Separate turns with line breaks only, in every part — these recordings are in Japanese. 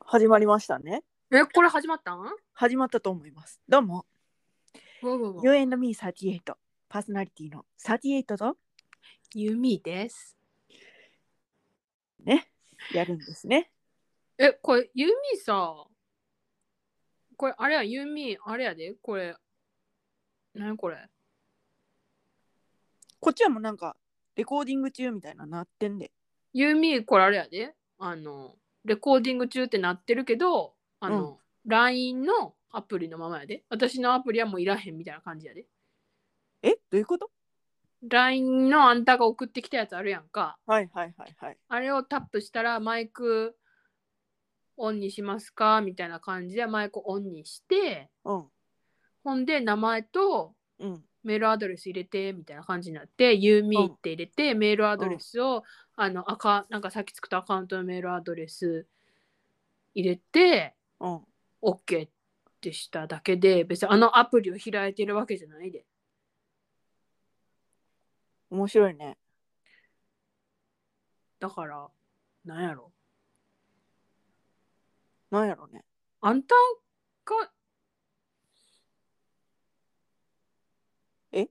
始まりましたね。
え、これ始まったんわ
始まったと思います。どうも、
わわわ
You and me38 パーソナリティの38と
ゆみです。
ね、やるんですね。
え、これ、ゆみさ、これ、あれや、ゆみ、あれやで、これ、なにこれ。
こっちはもうなんか、レコーディング中みたいななってんで。
ゆみ、これあれやで、あの、レコーディング中ってなってるけど、あの、LINE のアプリのままやで。私のアプリはもういらへんみたいな感じやで。
えどういうこと
LINE のあんたが送ってきたやつあるやんか。
はいはいはいはい。
あれをタップしたらマイクオンにしますかみたいな感じでマイクオンにして、
うん。
ほんで名前と
うん。
メールアドレス入れてみたいな感じになって、ユーミーって入れて、メールアドレスを、あの、アカなんかさっき作ったアカウントのメールアドレス入れて、
うん。
OK ってしただけで、別にあのアプリを開いてるわけじゃないで。
面白いね。
だから、なんやろ。
なんやろ ね。
あんたが、
え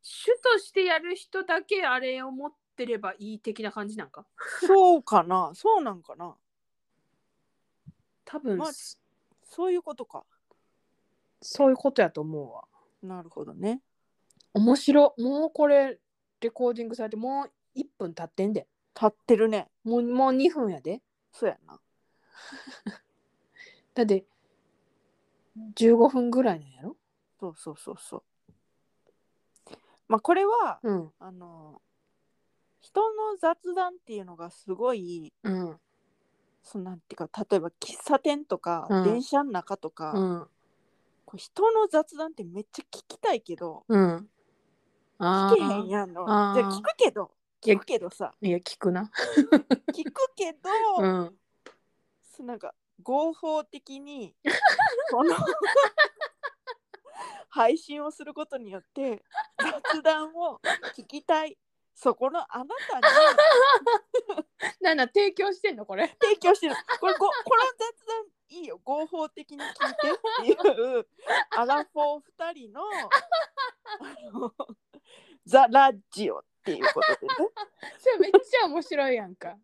主としてやる人だけあれを持ってればいい的な感じなんか
そうかなそうなんかな
多分、
まあ
そ
そういうことか。
そういうことやと思うわ。
なるほどね。
面白もうこれレコーディングされてもう1分経ってんで
立ってるね。
もうもう2分やで
そうやな。
だって15分ぐらいなんやろ
そうそうそうそう。まあこれは、
うん
あの人の雑談っていうのがすごい
うん
そのなんていうか例えば喫茶店とか、
うん
電車の中とか、
うん
こう人の雑談ってめっちゃ聞きたいけど
うんあ
聞けへん
あ
やんの
あー
じゃあ聞くけど
いや
聞くけどさ
いや聞くな
聞くけど、
うん
そなんか合法的にこの配信をすることによって雑談を聞きたいそこのあなたに
なんだ提供してんのこれ
提供してるこれごこの雑談いいよ合法的に聞いてっていうアラフォー2人のあのザ・ラジオっていうことでね
それめっちゃ面白いやんか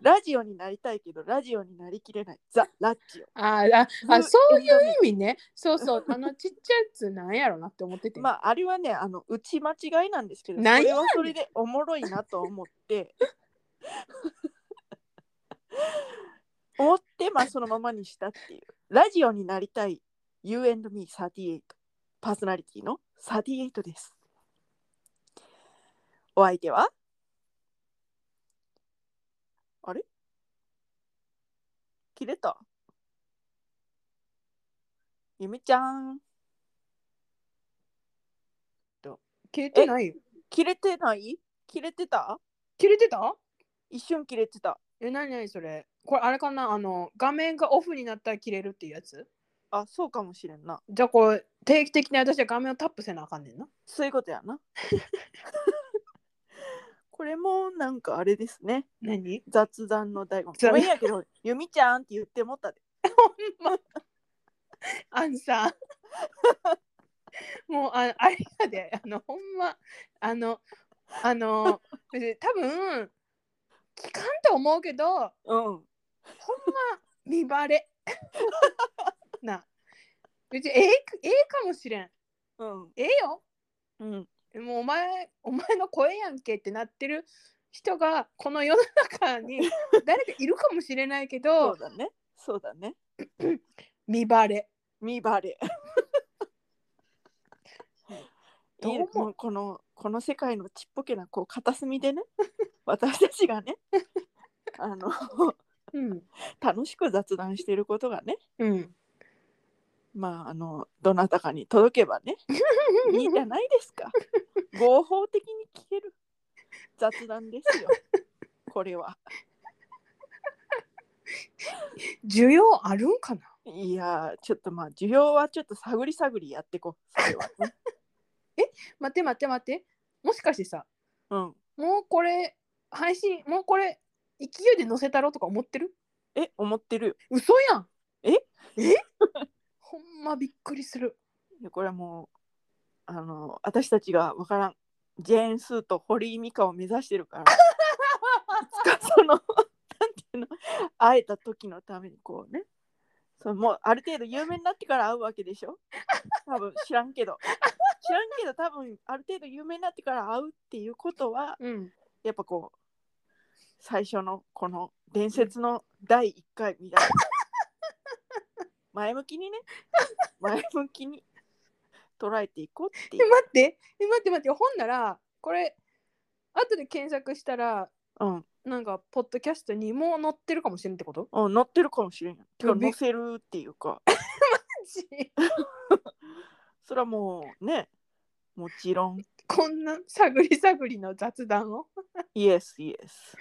ラジオになりたいけどラジオになりきれないザ・ラジ
あーあ
オ
あそういうう意味ねそうそうあのちっちゃいやつなんやろなって思ってて、
まああれはねあの打ち間違いなんですけどそ
なんやね
れ
ん
はそれでおもろいなと思って思ってまあそのままにしたっていうラジオになりたい You and me38 パーソナリティの38ですお相手はあれ切れたゆみちゃん
切れてないよ
切れてない切れてた
切れてた
一瞬切れてた。
え、なになにそれこれあれかなあの、画面がオフになったら切れるっていうやつ
あ、そうかもしれんな。
じゃあこれ、定期的に私は画面をタップせなあかんねんな。
そういうことや な。これもなんかあれですね。
何
雑談の醍醐
雑
味。ごめんやけど、ゆみちゃんって言ってもったで。
あんさ。 もうああれやで、あの、ほんま、あの、あの、別に多分、聞かんと思うけど、ほんま、
うん。
見バレ。 な。別にええかええかもしれん。
うん。
ええよ。
うん。
もうお前お前の声やんけってなってる人がこの世の中 に誰かいるかもしれないけ
そう
ど
だね。そうだね。
見バレ
見バ レ。
どう
い
思う
いねもうこのこの世界のちっぽけなこう片隅で ね私たちがねあの
うん
楽しく雑談していることがね
うん
まあ、あの、どなたかに届けばね、いいじゃないですか。合法的に聞ける雑談ですよ。これは。
需要あるんかない
やー、ちょっとまあ、需要はちょっと探り探りやってこう。それはね。
待って待って待ってもしかしてさ
うん。
もうこれ配信もうこれ勢いで載せたろとか思ってる
え思ってるよ
嘘やん
え
えほんまびっくりする
いやこれはもうあの私たちが分からんジェーン・スーと堀井美香を目指してるからいつかそのなんていうの会えた時のためにこうねそうもうある程度有名になってから会うわけでしょ多分知らんけど知らんけど多分ある程度有名になってから会うっていうことは
うん
やっぱこう最初のこの伝説の第1回みたいな前向きにね前向きに捉えていこうってい
え
う、
待ってえ待って待ってほんならこれ後で検索したら
うん、
なんかポッドキャストにもう載ってるかもしれんってこと
うん乗ってるかもしれんやんてか
び
乗せるっていうかそれはもうねもちろん
こんな探り探りの雑談を
イエスイエス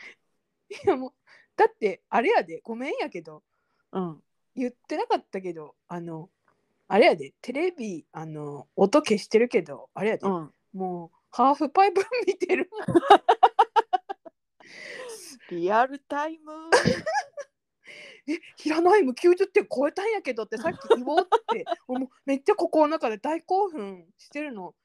いやもうだってあれやでごめんやけど
うん
言ってなかったけどあのあれやでテレビあの音消してるけどあれやで、
うん
もうハーフパイプ見てるもん
リアルタイム
え平野歩夢90点超えたんやけどってさっき言おうって もうめっちゃここの中で大興奮してるの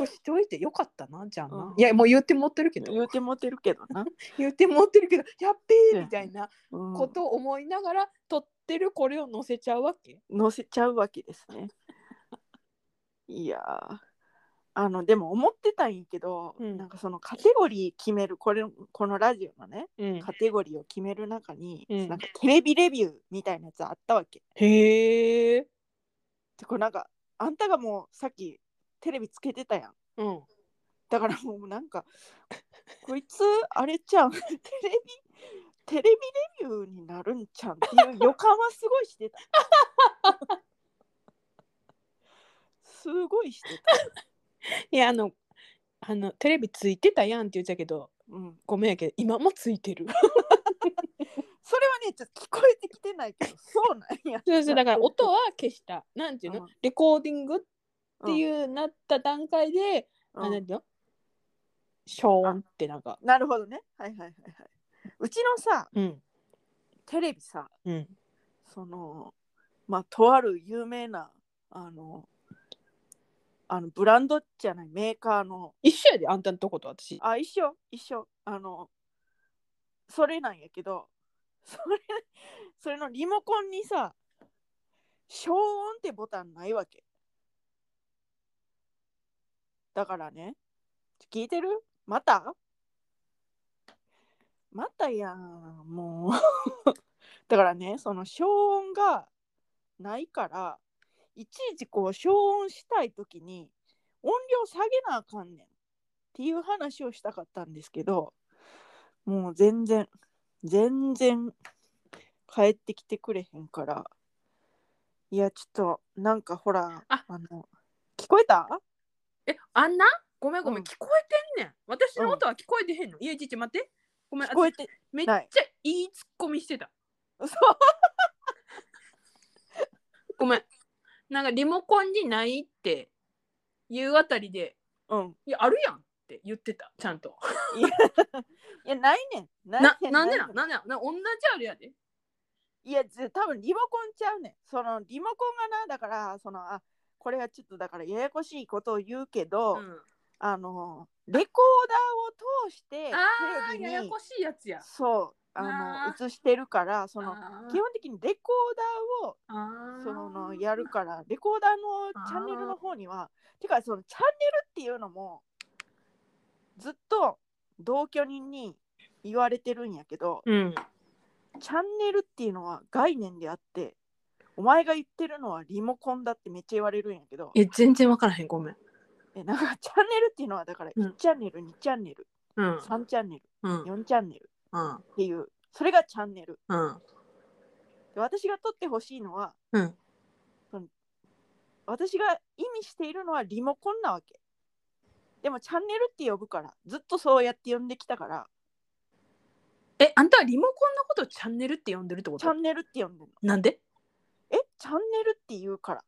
隠しておいてよかったなじゃあな、
うん
いやもう言って持ってるけど
言うてもてるけどな、
言って持ってるけどやっべ
う
ー
ん
みたいな
うん、
ことを思いながら撮ってるこれを載せちゃうわけ
載せちゃうわけですね。いやーあのでも思ってたんやけど、
うん
なんかそのカテゴリー決めるこれこのラジオのね
うん
カテゴリーを決める中に、
うん
なんかテレビレビューみたいなやつあったわけ。
へえ
でこれなんかあんたがもうさっきテレビつけてたやん。
うん
だからもうなんかこいつあれちゃん テレビテレビレビューになるんちゃんっていう予感はすごいしてた。すごいしてた。
いやあのあのテレビついてたやんって言ってたけど
うん、
ごめんやけど今もついてる
それはねちょっと聞こえてきてないけどそうなんや。
そうそうだから音は消したなんていう
う
の、
ん
レコーディングって
うん、
いうなった段階で、
うん
あなんていうのショーンってなんか
なるほどね。はいはいはいはい。うちのさ
うん
テレビさ
うん
そのまあとある有名なあのあのブランドじゃないメーカーの
一緒やであんたのとこと私
あ一緒一緒あのそれなんやけど それそれのリモコンにさ消音ってボタンないわけだからね聞いてるまたまたやんもう だからねその消音がないからいちいちこう消音したい時に音量下げなあかんねんっていう話をしたかったんですけどもう全然全然帰ってきてくれへんからいやちょっとなんかほら
あ
の聞こえた
えあんなごめんごめん、
うん
聞こえてんねん私の音は聞こえてへんの、いやちいち待ってごめん
聞こえて
めっち
な
ゃ
い
いいツッコミしてた
嘘
ごめんなんかリモコンにないっていうあたりで
うん
いやあるやんって言ってたちゃんと
いやいやないねんない
な
ね
なんで
な
ないん
ね
なんでなんな同じあれやで
いやぜ多分リモコンちゃうねんそのリモコンがなだからそのあこれはちょっとだからややこしいことを言うけど、
うん
あのレコーダーを通して
あ
テ
ー
レビ
や
に
やこしいやつや
そう
あ
あ
ー
の映してるからその
あー
基本的にレコー
あ
ダーを
ー
そのやるからレコーダーのチャンネルの方にはてかそのチャンネルっていうのもずっと同居人に言われてるんやけど
うん
チャンネルっていうのは概念であってお前が言ってるのはリモコンだってめっちゃ言われるんやけど
いや全然わからへんごめん
えなんかチャンネルっていうのはだから
うん
1チャンネル2チャンネル
うん
3チャンネル
うん
4チャンネル
うん
っていうそれがチャンネル。
うん
で私が取ってほしいのは、
うん
その私が意味しているのはリモコンなわけでもチャンネルって呼ぶからずっとそうやって呼んできたから
えあんたはリモコンのことをチャンネルって呼んでるってこ
チャ
と
ンネルって呼んでるの
なんで
えチャンネルって言うから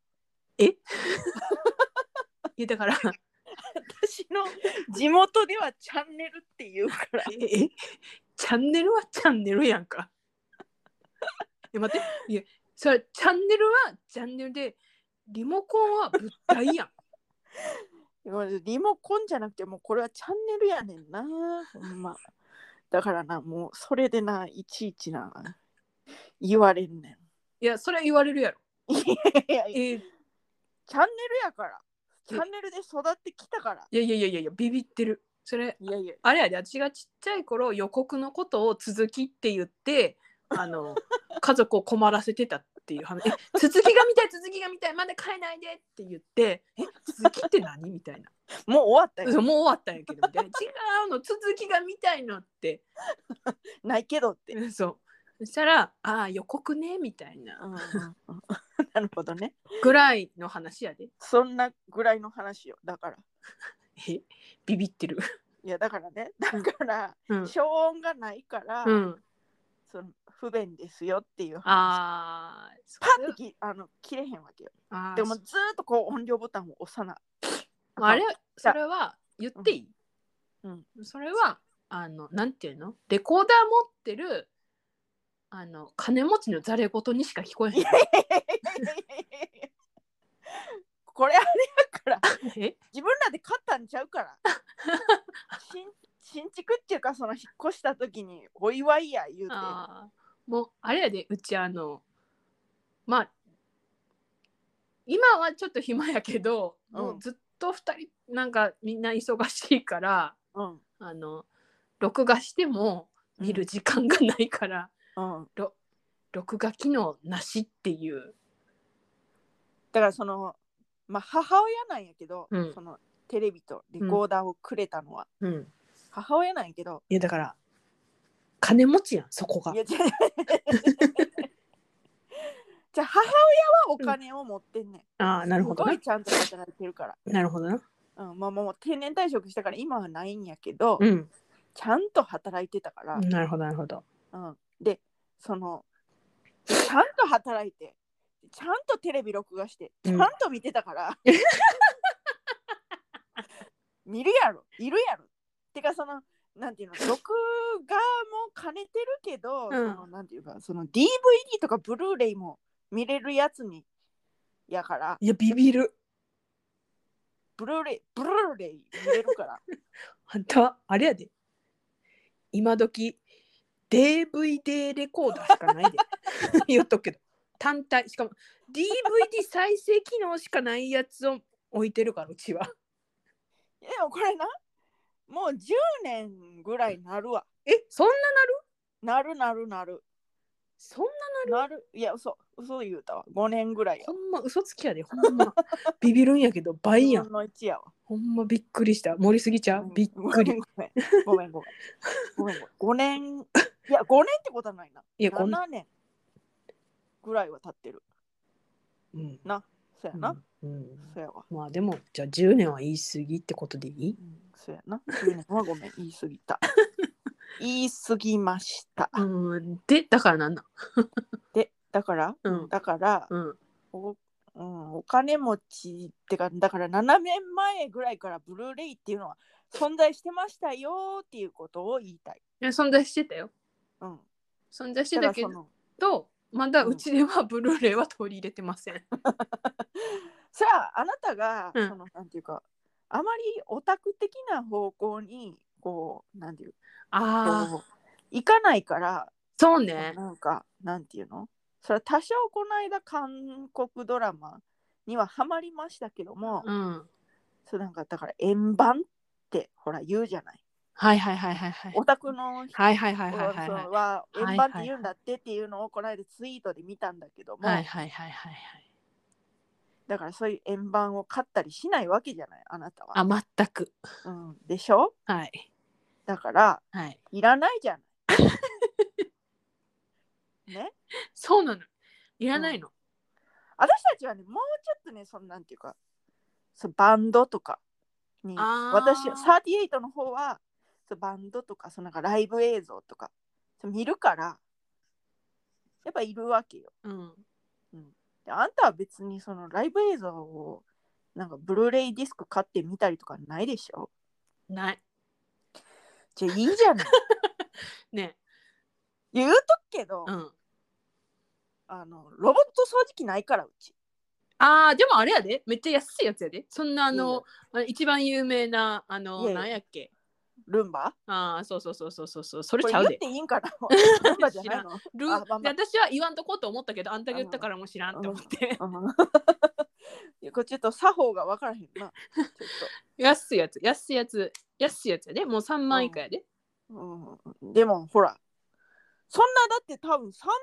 いや だから
私 の地元ではチャンネルって言うから
ええチャンネルはチャンネルやんかや待っていやそれチャンネルはチャンネルでリモコンは物体やん
リモコンじゃなくてもうこれはチャンネルやねんなほんまだからなもうそれでないちいちな言われんね
いやそれは言われるやろ
んい やいやいや
えー
チャンネルやからチャンネルで育ってきたから
いやいやいやいやいやビビってるそれ
いやいや
あれやで私がちっちゃい頃予告のことを続きって言ってあの 家族を困らせてたっていう話え続きが見たい続きが見たいまだ買えないでって言ってえ続きって何みたいな
もう終わったよ
そうもう終わったんやけどみたい な違うの続きが見たいのって
ないけどって、
うんそうそしたらああ予告ねみたいな
うんうんうん なるほどね
ぐらいの話やで
そんなぐらいの話よだから
えビビってる
いやだからねだから
うん、
消音がないから、
うん、
その不便ですよっていう話
あーそ
パ
れ
ッときあの切れへんわけよ
あー
でもずーっとこう音量ボタンを押さな
まあ、あれそれは言っていい、
うん
それはあのなんていうのレコーダー持ってるあの金持ちのざれ言にしか聞こえへん。
これあれやから
え
自分らで買ったんちゃう から新新築っていうかその引っ越した時にお祝いや言うて
あーもうあれやでうちあのまあ今はちょっと暇やけど、もうずっと2人なんかみんな忙しいから
うん
あの録画しても見る時間がないから。
うん
ろ録画機能なしっていう。
だからそのまあ母親なんやけど、
うん
そのテレビとレコーダーをくれたのは
うん、
母親なんやけど、
いやだから金持ちやんそこが
いや違うじゃあ母親はお金を持ってんねん、
ああなるほ
す
ど
ご
ない
ちゃんと働いてるから
なるほどな。
うん、まあもう定年退職したから今はないんやけど、
うん
ちゃんと働いてたから、
なるほどなるほど。
うんでそのちゃんと働いてちゃんとテレビ録画してちゃんと見てたから、見るやろいるやろてかそのなんていうの録画も兼ねてるけど、
ん
そのなんていうかその DVD とかブルーレイも見れるやつにやから
いやビビる。
ブルーレイブルーレイ見れるから
あんたはあれやで。今時 DVD レコーダーしかないで。 言っとくけど単体しかも DVD 再生機能しかないやつを置いてるからうちは。
でもこれなもう10年ぐらいなるわ
えそんななる
なるなるなる
そんな
なるいや嘘嘘言うたわ5年ぐらいや
ほんま嘘つきやでほんまビビるんやけど倍やん
4。の1やわ
ほんまびっくりした。盛りすぎちゃう、びっく り。
ごめんごめんごめんごめんごめん5年いや5年ってことはないない
や、こんな。
7年ぐらいは経ってる
うん。
そやな、
うんうん
そやわ、
まあでも、じゃあ10年は言い過ぎってことでいい
うん、そやな10年はごめん言い過ぎ た言い過ぎました
うん。で、だからなんなん
でだから
うん。
だから、
うん。
おうん、お金持ちってかだから7年前ぐらいからブルーレイっていうのは存在してましたよっていうことを言いたい。
いや、存在してたよ。
うん、
存在して
だか
た
ら
け
その
ど、まだうちではブルーレイは取り入れてま せん。
さああなたが、
うん
そのなんていうかあまりオタク的な方向にこうなんていう
ああ、
こう行かないから、
そうね。
なんかなんていうのそれは多少この間韓国ドラマにはハマりましたけども、
うん。
そうなんかだから円盤ってほら言うじゃない。
はいはいはいはいはい。
オタクの人
はいはいはいはいはいはい。はい
は
はい
円
はい
盤って言うんだってっていうのをこの間ツイートで見たんだけども、
はいはいはいはい。
だからそういう円盤を買ったりしないわけじゃないあなたは、
あ、全く。
うん、でしょ
はい。
だから
はい。
いらない じゃないね
そうなの。いらないの。
私たちはねもうちょっとねそのなんていうかそのバンドとかに
あー
私38の方はそのバンドとかそのなんかライブ映像とかその見るからやっぱいるわけよ
うん。
であんたは別にそのライブ映像をなんかブルーレイディスク買ってみたりとかないでしょ
ない。
じゃあいい じゃない
ね。
言うとくけど、
うん。
あのロボット掃除機ないからうち
あーでもあれやでめっちゃ安いやつやでそんなあの、あ一番有名なあの、
いやいや
なんやっけ
ルンバ
ああそうそうそうそうそうそうそれ
これ
ち
言
ゃ
っ
うで
ていいんか なルンバじゃないの
ル
あまあまあ
で私は言わんとこうと思ったけどあんたが言ったからもう知らんと思って、
うんいやこれちょっと作法が分からへんなちょっ
安いやつ安いやつ安いやつやでもう3万以下やで、
と、うん、でもほらそんなだって多分3万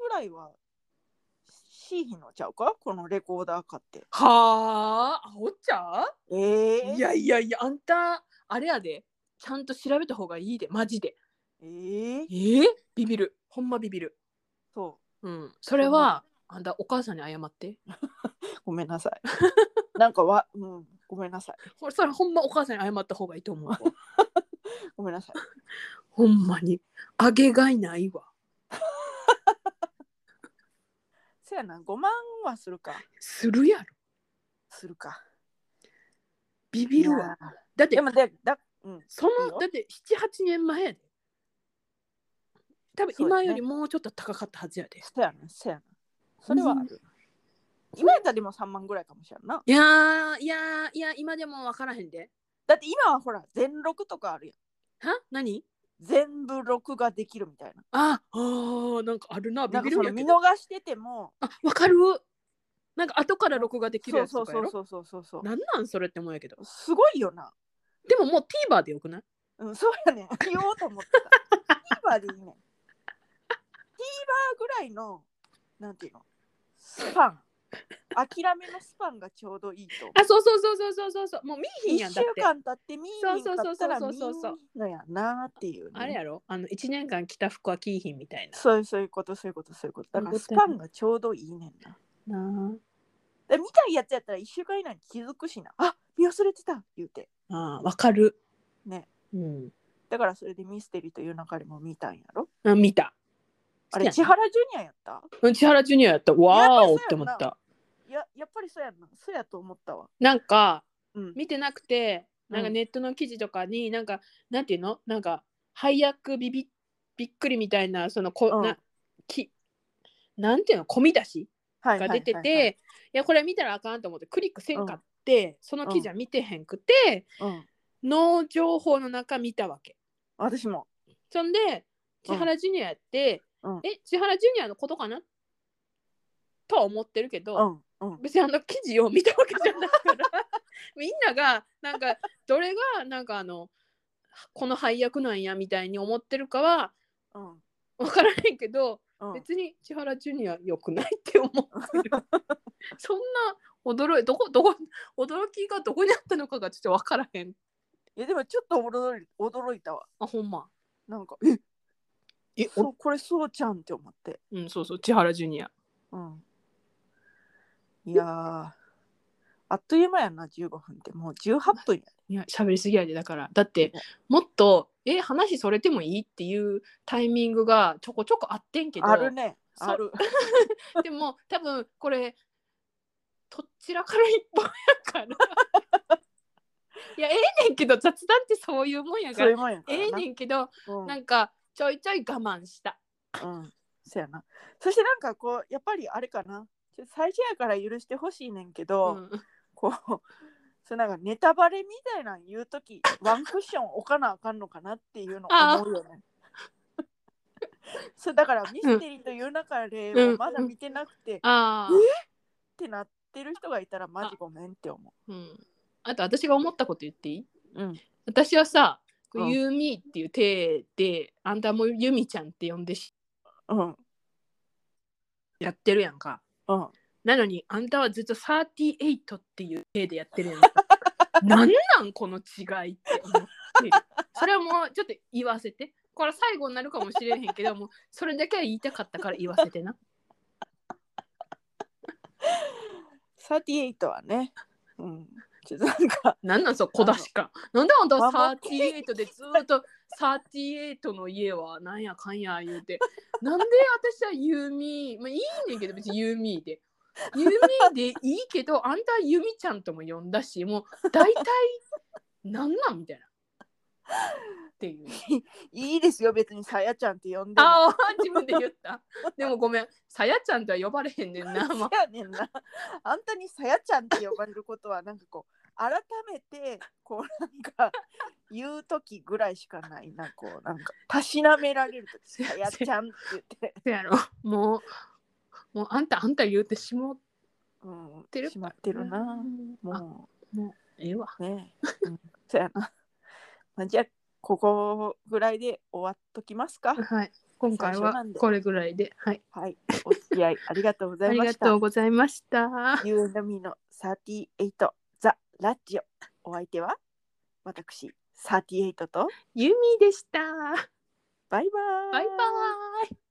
ぐらいはしいひんのちゃうかこのレコーダー買って
はああおっちゃ
ええ
いやいやいやあんたあれやでちゃんと調べた方がいいでマジで
ええ
えー、ビビるほんまビビる
そ
うんそれはあんたお母さんに謝って
うごめんなさい なんかわうんごめんなさい
ほそれほんまお母さんに謝った方がいいと思うわ
ごめんなさい
ほんまにあげがいないわ
そやな5万はするか
するやろ
するか
ビビる
いや
わだって
でもでだうん
そ
いいよ
のだって78年前やで多分
そうですね
今よりもうちょっと高かったはずやで
そやなそやなそれはある、今やったらでも3万ぐらいかもしれんない
やーいやーいや今でも分からへんで
だって今はほら全録とかあるやん
は何
全部録画できるみたいな。
ああーなんかあるなビ
なんか
ビ
そ
るん
の見
やけ
逃
ど
してても、
あ分かるなんか後から録画できる
そ
や
うそう
つとかや
そ
ろ
うそうそうそうそう。
なんなんそれって思うんやけど
すごいよな。
でももう TVer でよくない
うん、そうやねん。言おうと思ってた。TVer でいいねん。TVer ぐらいの、なんていうの、スパン。諦めのスパンがちょうどいいと思う。
あそうそうそうそうそうそうそうもう見えへん
1
やん
週
だって
間経って見えへんかったら見
そ
え
う
へ
そうそうそうん
のやなっていう、ね。
あれやろあの1年間着た服は着いひんみたいな
そうそういうこと、そういうこと、そういうこと。だからスパンがちょうどいいねんな。
な
で見たいやつやったら1週間以内に気づくしな。あ見忘れてた言うて。
ああ分かる
ね。
うん
だからそれでミステリーという流れも見たんやろ
あ見た
あ
好き
れ
やな
千原ジュニアやった
うん千原ジュニアやったわーおって思った
いややっぱりそうやんなそうやと思ったわ
なんか
うん
見てなくてなんか
うん
ネットの記事とかになんか、なんていうのなんか配役ビビびっくりみたいなそのこ、
うん
なきなんていうの込み出し
はい
が出てて、いやこれ見たらあかんと思ってクリックせんかって、その記事は見てへんくて、
うん
の情報の中見たわけ
私も
そんで千原ジュニアやって、
うんうん
え千原ジュニアのことかなとは思ってるけど、
うんうん
別にあの記事を見たわけじゃないから みんながなんかどれがなんかあのこの配役なんやみたいに思ってるかは
うん
分からへんけど、
うん
別に千原ジュニア良くないって思 ってるそんな驚いどこどこ驚きがどこにあったのかがちょっと分からへん
いやでもちょっと驚い驚いたわ
あほんま
なんかえ
え
そうこれそうちゃんって思って
うんそうそう千原ジュニア
うんいやーあっという間やな15分ってもう18分や
いや喋りすぎやでだからだってもっとえ話それてもいいっていうタイミングがちょこちょこあってんけど
あるね
そう
ある
でも多分これどちらから一本やから いやええねんけど雑談ってそういうもんやか
そうい
ら
うもんやからな
ええねんけど
うん
なんかちょいちょい我慢した
うん、そやな。そしてなんかこうやっぱりあれかなちょ最初やから許してほしいねんけど、
うん
こう そうなんかネタバレみたいなん言う時ワンクッション置かなあかんのかなっていうの
あー
思うよね。 そうだからミステリーという中で
うん
まだ見てなくて、っ
ああ
てなってる人がいたらマジごめんって思。
うんあと私が思ったこと言っていいう
うん、
私はさ「
うん
ユミ」っていう体であんたもユミちゃんって呼んでし
うん、
やってるやんか
うん。
なのにあんたはずっと38っていう体でやってるやんかなんなんこの違いって思ってるそれはもうちょっと言わせてこれ最後になるかもしれへんけどもそれだけは言いたかったから言わせてな
38はね、うん、ちょっとなんか
なんなんそう小出しかなんであんたは
守
38でずっと38の家はなんやかんや言うてなんで私はユミまあいいねんけど別にユミでユミでいいけどあんたはユミちゃんとも呼んだしもう大体なんなんみたいなっていう。
いいですよ別にさやちゃんって呼んでも
ああ、自分で言った。でもごめん、さやちゃんとは呼ばれへんね んな。まあ
せやねんなあんたにさやちゃんって呼ばれることはなんかこう改めてこうなんか言う時ぐらいしかないなこうなんかたしなめられる 時さやちゃんって言って、
せやろ。もう、もうあんた、あんた言うてしもっ
うん、
てる。
しまってるな
あ、
も
ええわ。
うねうんそやな、まあ、じゃあここぐらいで終わっときます か
はい。今回
最初な
は
んで
これぐらいで。はい。
はいお付き合いありがとうござ
あ
い
り
ま
が
し
と
た
うございました。
You and me の38ザ・ラジオお相手は私38と
ユミでした。
バイバーイ
バイバーイ。